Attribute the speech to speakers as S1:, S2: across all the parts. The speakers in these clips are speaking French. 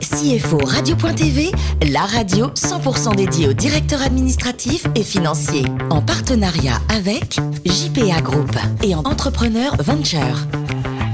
S1: CFO Radio.tv, la radio 100% dédiée aux directeurs administratifs et financiers. En partenariat avec JPA Group et en entrepreneur venture.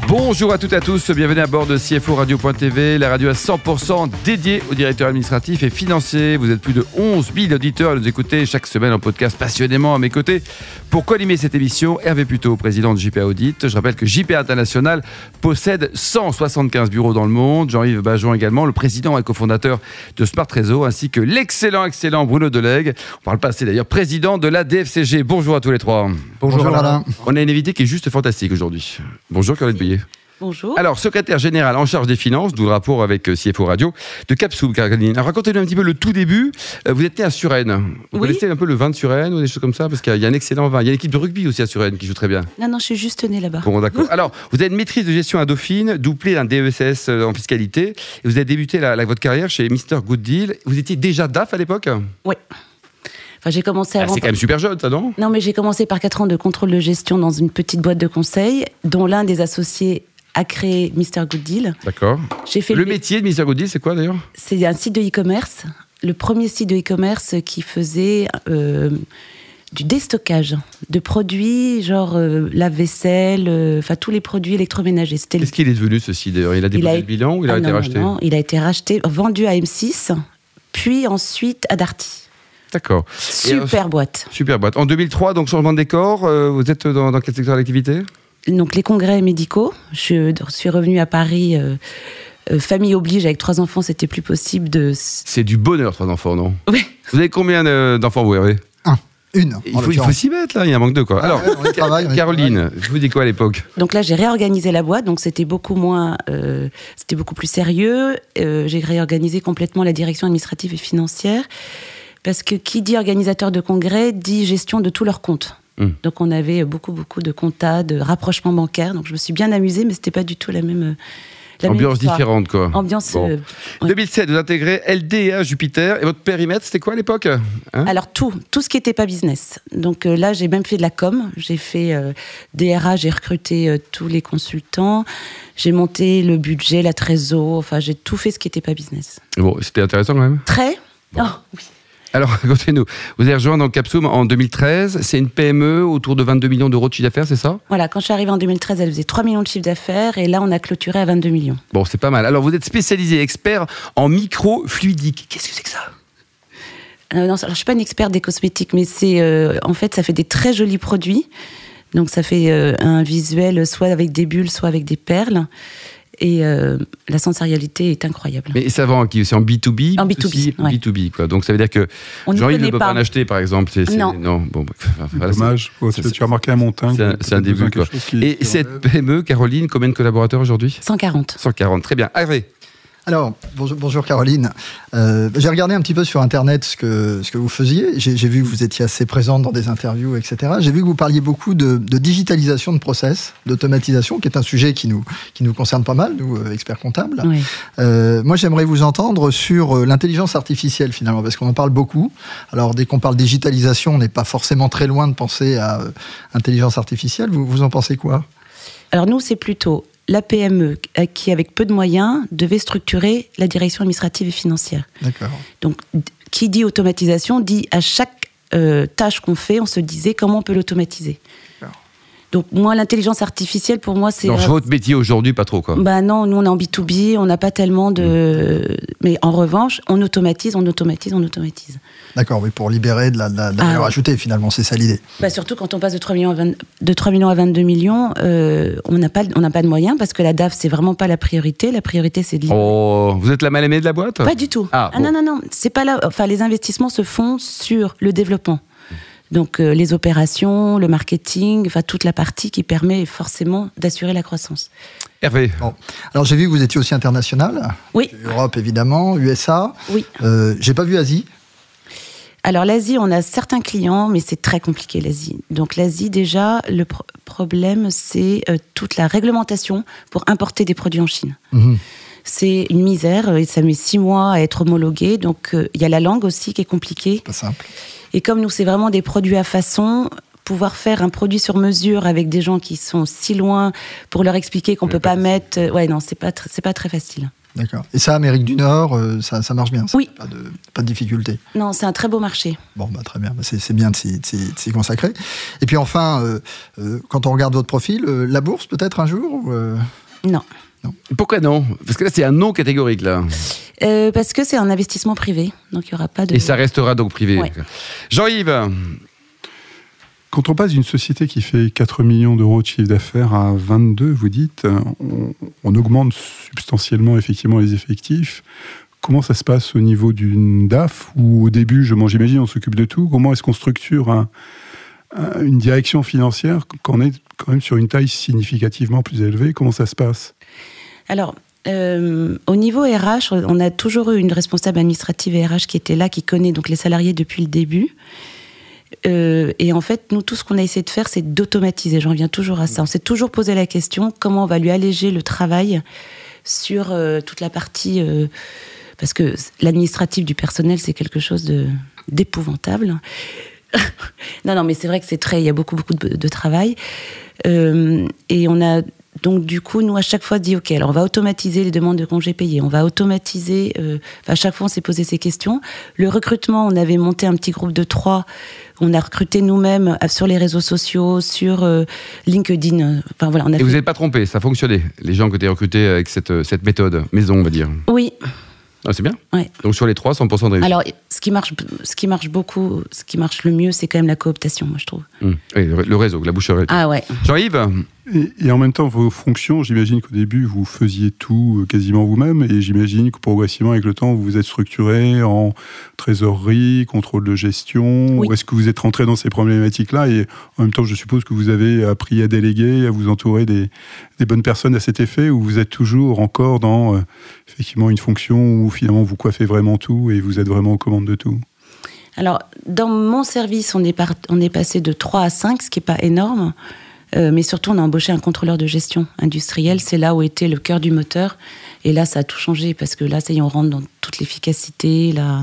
S2: Bonjour à toutes et à tous, bienvenue à bord de CFO Radio.tv, la radio à 100% dédiée aux directeurs administratifs et financiers. Vous êtes plus de 11 000 auditeurs à nous écouter chaque semaine en podcast passionnément à mes côtés. Pour co-animer cette émission, Hervé Puteau, président de JPA Audit. Je rappelle que JPA International possède 175 bureaux dans le monde. Jean-Yves Bajon également, le président et cofondateur de Smart Réseau, ainsi que l'excellent, excellent Bruno Delègue. On parle pas assez d'ailleurs, président de la DFCG. Bonjour à tous les trois.
S3: Bonjour, Bonjour Alain.
S2: On a une invitée qui est juste fantastique aujourd'hui. Bonjour Caroline Payet.
S4: Bonjour.
S2: Alors, secrétaire général en charge des finances, d'où le rapport avec euh, CFO Radio, de Capsule, Caroline. Alors, racontez-nous un petit peu le tout début. Euh, Vous êtes né à Suresnes. Vous
S4: Oui.
S2: connaissez un peu le vin de Suresnes ou des choses comme ça Parce qu'il y a un excellent vin. Il y a l'équipe de rugby aussi à Suresnes qui joue très bien.
S4: Non, non, je suis juste née là-bas.
S2: Bon, d'accord. Alors, vous avez une maîtrise de gestion à Dauphine, doublé d'un DESS euh, en fiscalité. Et vous avez débuté la- la- votre carrière chez Mr. Good Deal. Vous étiez déjà DAF à l'époque
S4: Oui. Enfin, j'ai commencé à
S2: Ah, C'est quand même super jeune, ça, non
S4: Non, mais j'ai commencé par 4 ans de contrôle de gestion dans une petite boîte de conseil, dont l'un des associés a créé Mr. Good Deal.
S2: D'accord.
S4: J'ai fait
S2: Le
S4: le-
S2: métier de Mr. Good Deal, c'est quoi d'ailleurs
S4: C'est un site de e-commerce, le premier site de e-commerce qui faisait euh, du déstockage de produits, genre euh, lave-vaisselle, euh, enfin tous les produits électroménagers. C'était le
S2: Qu'est-ce qu'il est devenu, ceci d'ailleurs Il a déposé
S4: a-
S2: le bilan ou il a
S4: Ah
S2: été
S4: non, non,
S2: racheté
S4: non, il a été racheté, vendu à M6, puis ensuite à Darty.
S2: D'accord. Et, euh,
S4: Super boîte.
S2: Super boîte. En 2003, donc changement de décor, euh, vous êtes dans, dans quel secteur d'activité
S4: Donc les congrès médicaux, je suis revenue à Paris, euh, euh, famille oblige, avec trois enfants, c'était plus possible de... s-
S2: C'est du bonheur, trois enfants, non
S4: Ouais.
S2: Vous avez combien euh, d'enfants, vous, Hervé
S3: Un. Une. en
S2: il faut, il faut
S3: l'occurrence.
S2: s'y mettre, là, il y a un manque de quoi. Alors,
S3: Ouais, on y travaille, on y
S2: Caroline, je vous dis quoi à l'époque
S4: Donc là, j'ai réorganisé la boîte, donc c'était beaucoup moins... euh, c'était beaucoup plus sérieux. Euh, j'ai réorganisé complètement la direction administrative et financière, parce que qui dit organisateur de congrès dit gestion de tous leurs comptes.
S2: Hum.
S4: Donc on avait beaucoup, beaucoup de comptas, de rapprochements bancaires, donc je me suis bien amusée, mais c'était pas du tout la même... euh, la même
S2: Ambiance
S4: histoire.
S2: différente, quoi.
S4: Ambiance...
S2: Bon.
S4: euh, ouais.
S2: 2007, vous intégrez LDA Jupiter et votre périmètre, c'était quoi à l'époque Hein
S4: Alors tout, tout ce qui n'était pas business. Donc euh, là, j'ai même fait de la com, j'ai fait euh, DRA, j'ai recruté euh, tous les consultants, j'ai monté le budget, la trésor, enfin j'ai tout fait ce qui n'était pas business.
S2: Bon, c'était intéressant quand même.
S4: Très Oh, oui.
S2: Alors, racontez-nous. Vous avez rejoint dans Capsum en 2013. C'est une PME autour de 22 millions d'euros de chiffre d'affaires, c'est ça
S4: Voilà, quand je suis arrivée en 2013, elle faisait 3 millions de chiffre d'affaires et là, on a clôturé à 22 millions.
S2: Bon, c'est pas mal. Alors, vous êtes spécialisé expert en microfluidique. Qu'est-ce que c'est que ça
S4: Euh, non, alors, je suis pas une experte des cosmétiques, mais c'est euh, en fait ça fait des très jolis produits. Donc ça fait euh, un visuel soit avec des bulles, soit avec des perles. Et euh, la sensorialité est incroyable.
S2: Mais ça vend à qui C'est en B2B
S4: En
S2: B2C,
S4: B2B, ouais.
S2: B2B, quoi. Donc ça veut dire que
S4: On n'y
S2: Jean-Yves ne
S4: connaît
S2: peut
S4: pas.
S2: pas en acheter, par exemple. C'est- c'est-
S4: Non.
S2: bon, bah, enfin, voilà, c'est-
S5: Dommage, parce que
S2: c'est-
S5: tu as remarqué à Montagne.
S2: C'est un,
S5: qu'on a
S2: c'est un
S5: peut-être besoin
S2: début,
S5: de
S2: quoi.
S5: quelque chose qui-
S2: Et
S5: qui
S2: cette
S5: enlève.
S2: PME, Caroline, combien de collaborateurs aujourd'hui
S4: 140.
S2: 140, très bien. Hervé,
S3: Alors, bonjour, bonjour Caroline. Euh, j'ai regardé un petit peu sur Internet ce que, ce que vous faisiez. J'ai j'ai vu que vous étiez assez présente dans des interviews, etc. J'ai vu que vous parliez beaucoup de, de digitalisation de process, d'automatisation, qui est un sujet qui nous, qui nous concerne pas mal, nous, euh, experts comptables.
S4: Oui.
S3: Euh, moi, j'aimerais vous entendre sur euh, l'intelligence artificielle, finalement, parce qu'on en parle beaucoup. Alors, dès qu'on parle digitalisation, on n'est pas forcément très loin de penser à euh, intelligence artificielle. Vous, vous en pensez quoi
S4: Alors nous, c'est plutôt la PME euh, qui, avec peu de moyens, devait structurer la direction administrative et financière.
S3: D'accord.
S4: Donc, d- qui dit automatisation dit à chaque euh, tâche qu'on fait, on se disait comment on peut l'automatiser.
S3: D'accord.
S4: Donc moi, l'intelligence artificielle, pour moi, c'est...
S2: dans
S4: euh,
S2: votre métier aujourd'hui, pas trop, quoi.
S4: bah non, nous on est en B2B, on n'a pas tellement de...
S2: Mm.
S4: Mais en revanche, on automatise, on automatise, on automatise.
S3: D'accord, oui, pour libérer de la, de la- de la
S4: Ah,
S3: valeur
S4: ouais.
S3: ajoutée, finalement, c'est ça l'idée.
S4: Bah, surtout quand on passe de 3 millions à, 20 de 3 millions à 22 millions, euh, on n'a pas, on n'a pas de moyens parce que la DAF, c'est vraiment pas la priorité. La priorité, c'est de
S2: Oh, vous êtes la mal aimée de la boîte
S4: Pas du tout.
S2: Ah, bon.
S4: non, non, non. C'est pas là. Enfin, les investissements se font sur le développement. Donc, euh, les opérations, le marketing, enfin, toute la partie qui permet forcément d'assurer la croissance.
S2: Hervé,
S3: Bon. Alors, j'ai vu que vous étiez aussi international.
S4: Oui.
S3: Europe, évidemment, USA.
S4: Oui.
S3: Euh, j'ai pas vu Asie.
S4: Alors, l'Asie, on a certains clients, mais c'est très compliqué, l'Asie. Donc, l'Asie, déjà, le pro- problème, c'est euh, toute la réglementation pour importer des produits en Chine.
S3: Mhm.
S4: C'est une misère euh, et ça met six mois à être homologué. Donc, euh, il y a la langue aussi qui est compliquée.
S3: Pas simple.
S4: Et comme nous, c'est vraiment des produits à façon, pouvoir faire un produit sur mesure avec euh, des gens qui sont si loin pour leur expliquer qu'on peut pas mettre. Ouais, non, c'est pas tr- c'est pas très facile.
S3: D'accord. Et ça, Amérique du Nord, euh, ça, ça marche bien. ça,
S4: Oui.
S3: Pas de, pas de difficulté.
S4: Non, c'est un très beau marché.
S3: Bon, bah, très bien. Bah, c'est c'est bien de s'y- de s'y de s'y consacrer. Et puis enfin, euh, euh, quand on regarde votre profil, euh, la bourse peut-être un jour ou, euh,
S4: Non.
S2: Pourquoi non Parce que là, c'est un non catégorique, là.
S4: Euh, parce que c'est un investissement privé, donc il n'y aura pas de.
S2: Et ça restera donc privé.
S4: Ouais. Bah,
S2: Jean-Yves,
S5: Quand on passe d'une société qui fait 4 millions d'euros de chiffre d'affaires à 22, vous dites, euh, on, on augmente substantiellement effectivement les effectifs. Comment ça se passe au niveau d'une DAF où au début, je m'en j'imagine, on s'occupe de tout. Comment est-ce qu'on structure un- un- une direction financière quand on est quand même sur une taille significativement plus élevée Comment ça se passe
S4: Alors, euh, au niveau RH, on a toujours eu une responsable administrative et RH qui était là, qui connaît donc les salariés depuis le début. Euh, et en fait, nous, tout ce qu'on a essayé de faire, c'est d'automatiser. J'en viens toujours à ça. On s'est toujours posé la question comment on va lui alléger le travail sur euh, toute la partie. euh, parce que c- l'administratif du personnel, c'est quelque chose de- d'épouvantable. non, non, mais c'est vrai que c'est très. Il y a beaucoup, beaucoup de, de travail. Euh, et on a donc, du coup, nous, à chaque fois, dit OK, alors on va automatiser les demandes de congés payés. On va automatiser. euh, enfin, à chaque fois, on s'est posé ces questions. Le recrutement, on avait monté un petit groupe de trois. On a recruté nous-mêmes euh, sur les réseaux sociaux, sur euh, LinkedIn. Enfin, voilà, on a
S2: et
S4: fait-
S2: vous n'êtes pas trompé, ça fonctionnait, les gens que tu as recrutés euh, avec cette, cette méthode maison, on va dire.
S4: Oui,
S2: Ah, c'est bien
S4: Ouais.
S2: Donc sur les 3, 100% de réussite.
S4: Alors, ce qui marche, ce qui marche beaucoup, ce qui marche le mieux, c'est quand même la cooptation, moi je trouve.
S2: Hum. Oui, le le réseau, la boucherie.
S4: Ah ouais.
S2: Jean-Yves,
S5: et, et en même temps, vos fonctions, j'imagine qu'au début, vous faisiez tout euh, quasiment vous-même, et j'imagine que progressivement, avec le temps, vous vous êtes structuré en trésorerie, contrôle de gestion.
S4: Oui.
S5: Ou Est-ce que vous êtes rentré dans ces problématiques-là Et en même temps, je suppose que vous avez appris à déléguer, à vous entourer des, des bonnes personnes à cet effet, ou vous êtes toujours encore dans, euh, effectivement, une fonction où finalement vous coiffez vraiment tout et vous êtes vraiment aux commandes de tout
S4: Alors, dans mon service, on est, par- on est passé de 3 à 5, ce qui n'est pas énorme. Euh, mais surtout, on a embauché un contrôleur de gestion industrielle. C'est là où était le cœur du moteur. Et là, ça a tout changé parce que là, ça y est, on rentre dans toute l'efficacité. Là.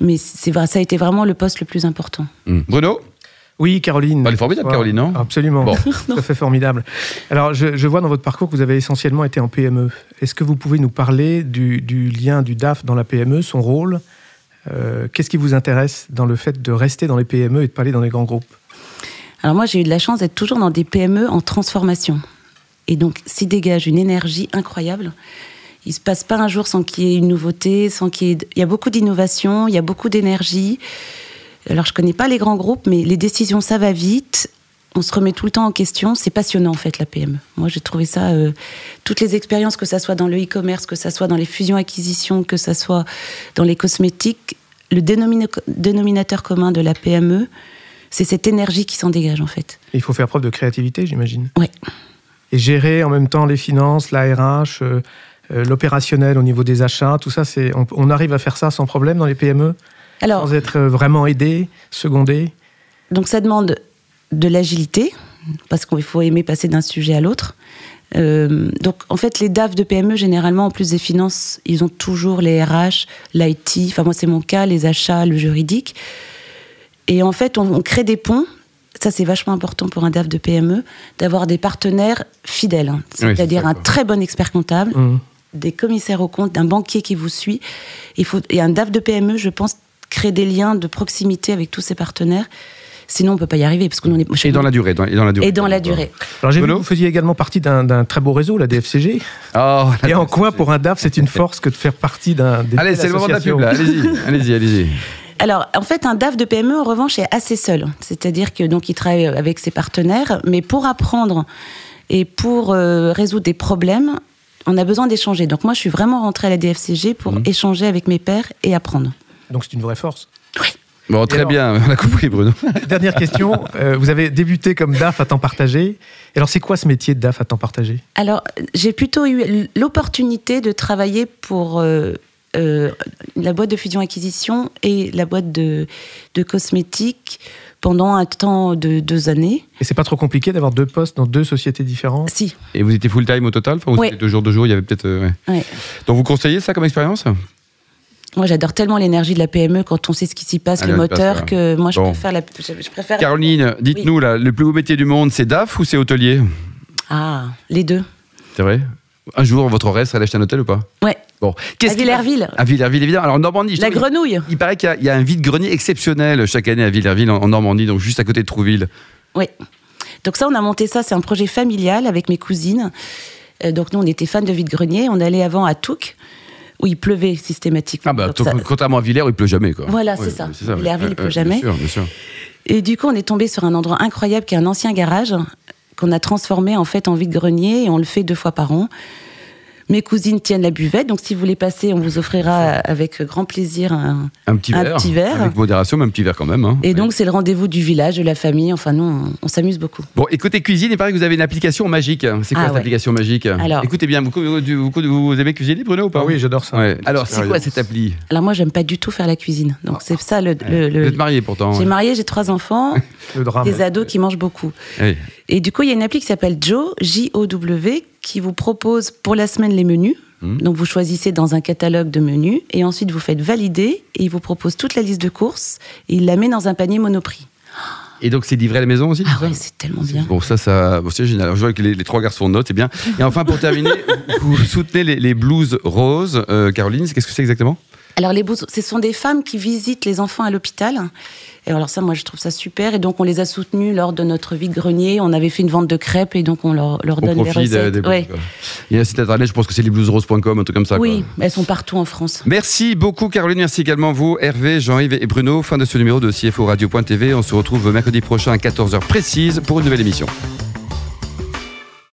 S4: Mais c'est vrai, ça a été vraiment le poste le plus important.
S2: Hum. Bruno,
S6: Oui, Caroline.
S2: Bah, Elle est formidable,
S6: Bonsoir.
S2: Caroline, non
S6: Absolument.
S2: Bon.
S6: Tout à fait formidable. Alors, je, je vois dans votre parcours que vous avez essentiellement été en PME. Est-ce que vous pouvez nous parler du, du lien du DAF dans la PME, son rôle Euh, Qu'est-ce qui vous intéresse dans le fait de rester dans les PME et de pas aller dans les grands groupes
S4: Alors moi, j'ai eu de la chance d'être toujours dans des PME en transformation. Et donc, s'y dégage une énergie incroyable. Il se passe pas un jour sans qu'il y ait une nouveauté, sans qu'il y ait... de- Il y a beaucoup d'innovation, il y a beaucoup d'énergie. Alors, je connais pas les grands groupes, mais les décisions, ça va vite. On se remet tout le temps en question. C'est passionnant, en fait, la PME. Moi, j'ai trouvé ça... euh, toutes les expériences, que ça soit dans le e-commerce, que ça soit dans les fusions-acquisitions, que ça soit dans les cosmétiques, le dénomine- dénominateur commun de la PME, c'est cette énergie qui s'en dégage, en fait.
S6: Il faut faire preuve de créativité, j'imagine.
S4: Ouais.
S6: Et gérer en même temps les finances, la RH, euh, euh, l'opérationnel au niveau des achats, tout ça, c'est on, on arrive à faire ça sans problème dans les PME,
S4: Alors,
S6: sans être euh, vraiment aidé, secondé.
S4: donc ça demande de l'agilité, parce qu'il faut aimer passer d'un sujet à l'autre. Euh, donc, en fait, les DAF de PME, généralement, en plus des finances, ils ont toujours les RH, l'IT, enfin, moi, c'est mon cas, les achats, le juridique. Et en fait, on, on crée des ponts. Ça, c'est vachement important pour un DAF de PME, d'avoir des partenaires fidèles. hein.
S2: c'est
S4: C'est-à-dire
S2: ça,
S4: un
S2: quoi.
S4: très bon expert comptable,
S6: Hum.
S4: des commissaires aux comptes, d'un banquier qui vous suit. Il faut, et un DAF de PME, je pense, crée des liens de proximité avec tous ses partenaires. Sinon, on peut pas y arriver parce qu'on en est.
S2: et dans la durée. dans- et dans la durée.
S4: et dans la durée.
S6: Alors j'ai vu que
S2: Benoît
S6: vous faisiez également partie d'un d'un très beau réseau, la DFCG.
S2: Oh, la
S6: Et en
S2: DFCG.
S6: quoi, pour un DAF, c'est une force que de faire partie d'un des
S2: Allez,
S6: belles
S2: c'est le moment de la
S6: associations
S2: pub, là. Allez-y, allez-y, allez-y.
S4: Alors, en fait, un DAF de PME, en revanche, est assez seul. C'est-à-dire que donc il travaille avec ses partenaires, mais pour apprendre et pour euh, résoudre des problèmes, on a besoin d'échanger. Donc moi, je suis vraiment rentrée à la DFCG pour
S2: Mmh.
S4: échanger avec mes pairs et apprendre.
S6: Donc c'est une vraie force.
S2: Bon, très
S6: alors
S2: bien, on a compris, Bruno.
S6: Dernière question. euh, vous avez débuté comme DAF à temps partagé. Alors c'est quoi ce métier de DAF à temps partagé
S4: Alors, j'ai plutôt eu l'opportunité de travailler pour euh, euh, la boîte de fusion-acquisition et la boîte de, de cosmétiques pendant un temps de deux années.
S6: Et c'est pas trop compliqué d'avoir deux postes dans deux sociétés différentes
S4: Si,
S2: Et vous étiez full-time au total enfin, vous
S4: Oui.
S2: étiez deux jours, deux jours, il y avait peut-être. euh, ouais.
S4: ouais.
S2: Donc vous conseillez ça comme expérience
S4: Moi, j'adore tellement l'énergie de la PME quand on sait ce qui s'y passe,
S2: Ah,
S4: le
S2: là, il se passe,
S4: moteur,
S2: ouais.
S4: que moi, je
S2: Bon.
S4: préfère. La, je, je préfère
S2: Caroline, dites-nous, là, le plus beau métier du monde, c'est DAF ou c'est hôtelier
S4: Ah, les deux.
S2: C'est vrai Un jour, votre rêve serait d'acheter un hôtel ou pas
S4: Ouais.
S2: Bon.
S4: À
S2: qu'il-
S4: Villerville.
S2: À Villerville, évidemment. Alors, en Normandie,
S4: La
S2: justement,
S4: grenouille.
S2: il paraît qu'il y a- il y, a un vide-grenier exceptionnel chaque année à Villerville, en, en Normandie, donc juste à côté de Trouville.
S4: Oui. Donc ça, on a monté ça, c'est un projet familial avec mes cousines. Euh, donc nous, on était fans de vide-grenier. On allait avant à Touques, où il pleuvait systématiquement.
S2: Ah, bah,
S4: Donc
S2: donc,
S4: ça-
S2: contrairement à Villers, où il pleut jamais, quoi.
S4: Voilà, c'est ça. Villerville, il pleut jamais.
S2: Euh, Bien sûr, bien sûr.
S4: Et du coup, on est tombé sur un endroit incroyable qui est un ancien garage qu'on a transformé en fait en vide-grenier et on le fait deux fois par an. Mes cousines tiennent la buvette, donc si vous voulez passer, on vous offrira avec grand plaisir un.
S2: Un petit
S4: Un
S2: verre.
S4: petit verre.
S2: Avec modération, mais un petit verre quand même. hein.
S4: Et donc, c'est le rendez-vous du village, de la famille. Enfin, nous, on, on s'amuse beaucoup.
S2: Bon, et côté cuisine, il paraît que vous avez une application magique. C'est quoi
S4: Ah
S2: cette
S4: ouais.
S2: application magique
S4: Alors.
S2: Écoutez bien, vous, vous- vous- vous aimez cuisiner, Bruno, ou pas
S6: Ah oui, j'adore ça.
S2: Ouais. Alors, c'est quoi cette appli
S4: Alors moi, j'aime pas du tout faire la cuisine. Donc c'est ça le. le- le-
S2: Ah. Vous êtes marié pourtant.
S4: Euh, J'ai
S2: ouais.
S4: marié, j'ai trois enfants,
S2: Ah,
S6: Le drame.
S4: des ados qui mangent beaucoup.
S2: Oui.
S4: Et du coup, il y a une appli qui s'appelle Joe, J-O-W, qui vous propose pour la semaine les menus.
S2: Hmm.
S4: Donc vous choisissez dans un catalogue de menus et ensuite vous faites valider et il vous propose toute la liste de courses et il la met dans un panier monoprix.
S2: Et donc, c'est livré à la maison aussi
S4: Ah
S2: c'est ça
S4: ouais, c'est tellement bien.
S2: Bon, ça, ça bon, c'est génial. Alors, je vois que les, les trois garçons notent, c'est bien. Et enfin, pour terminer, vous vous soutenez les, les blues roses. Euh, Caroline, qu'est-ce que c'est exactement
S4: Alors les bourses, ce sont des femmes qui visitent les enfants à l'hôpital. Et alors ça, moi, je trouve ça super. Et donc on les a soutenues lors de notre vide-grenier. On avait fait une vente de crêpes et donc on leur, leur
S2: Au
S4: donne les
S2: profit des,
S4: recettes.
S2: des blues.
S4: Ouais.
S2: quoi. Il y a un site internet, je pense que c'est lesbluesroses.com, un truc comme ça. quoi.
S4: Oui, elles sont partout en France.
S2: Merci beaucoup Caroline, merci également vous, Hervé, Jean-Yves et Bruno. Fin de ce numéro de CFO Radio.tv. On se retrouve mercredi prochain à 14h précise pour une nouvelle émission.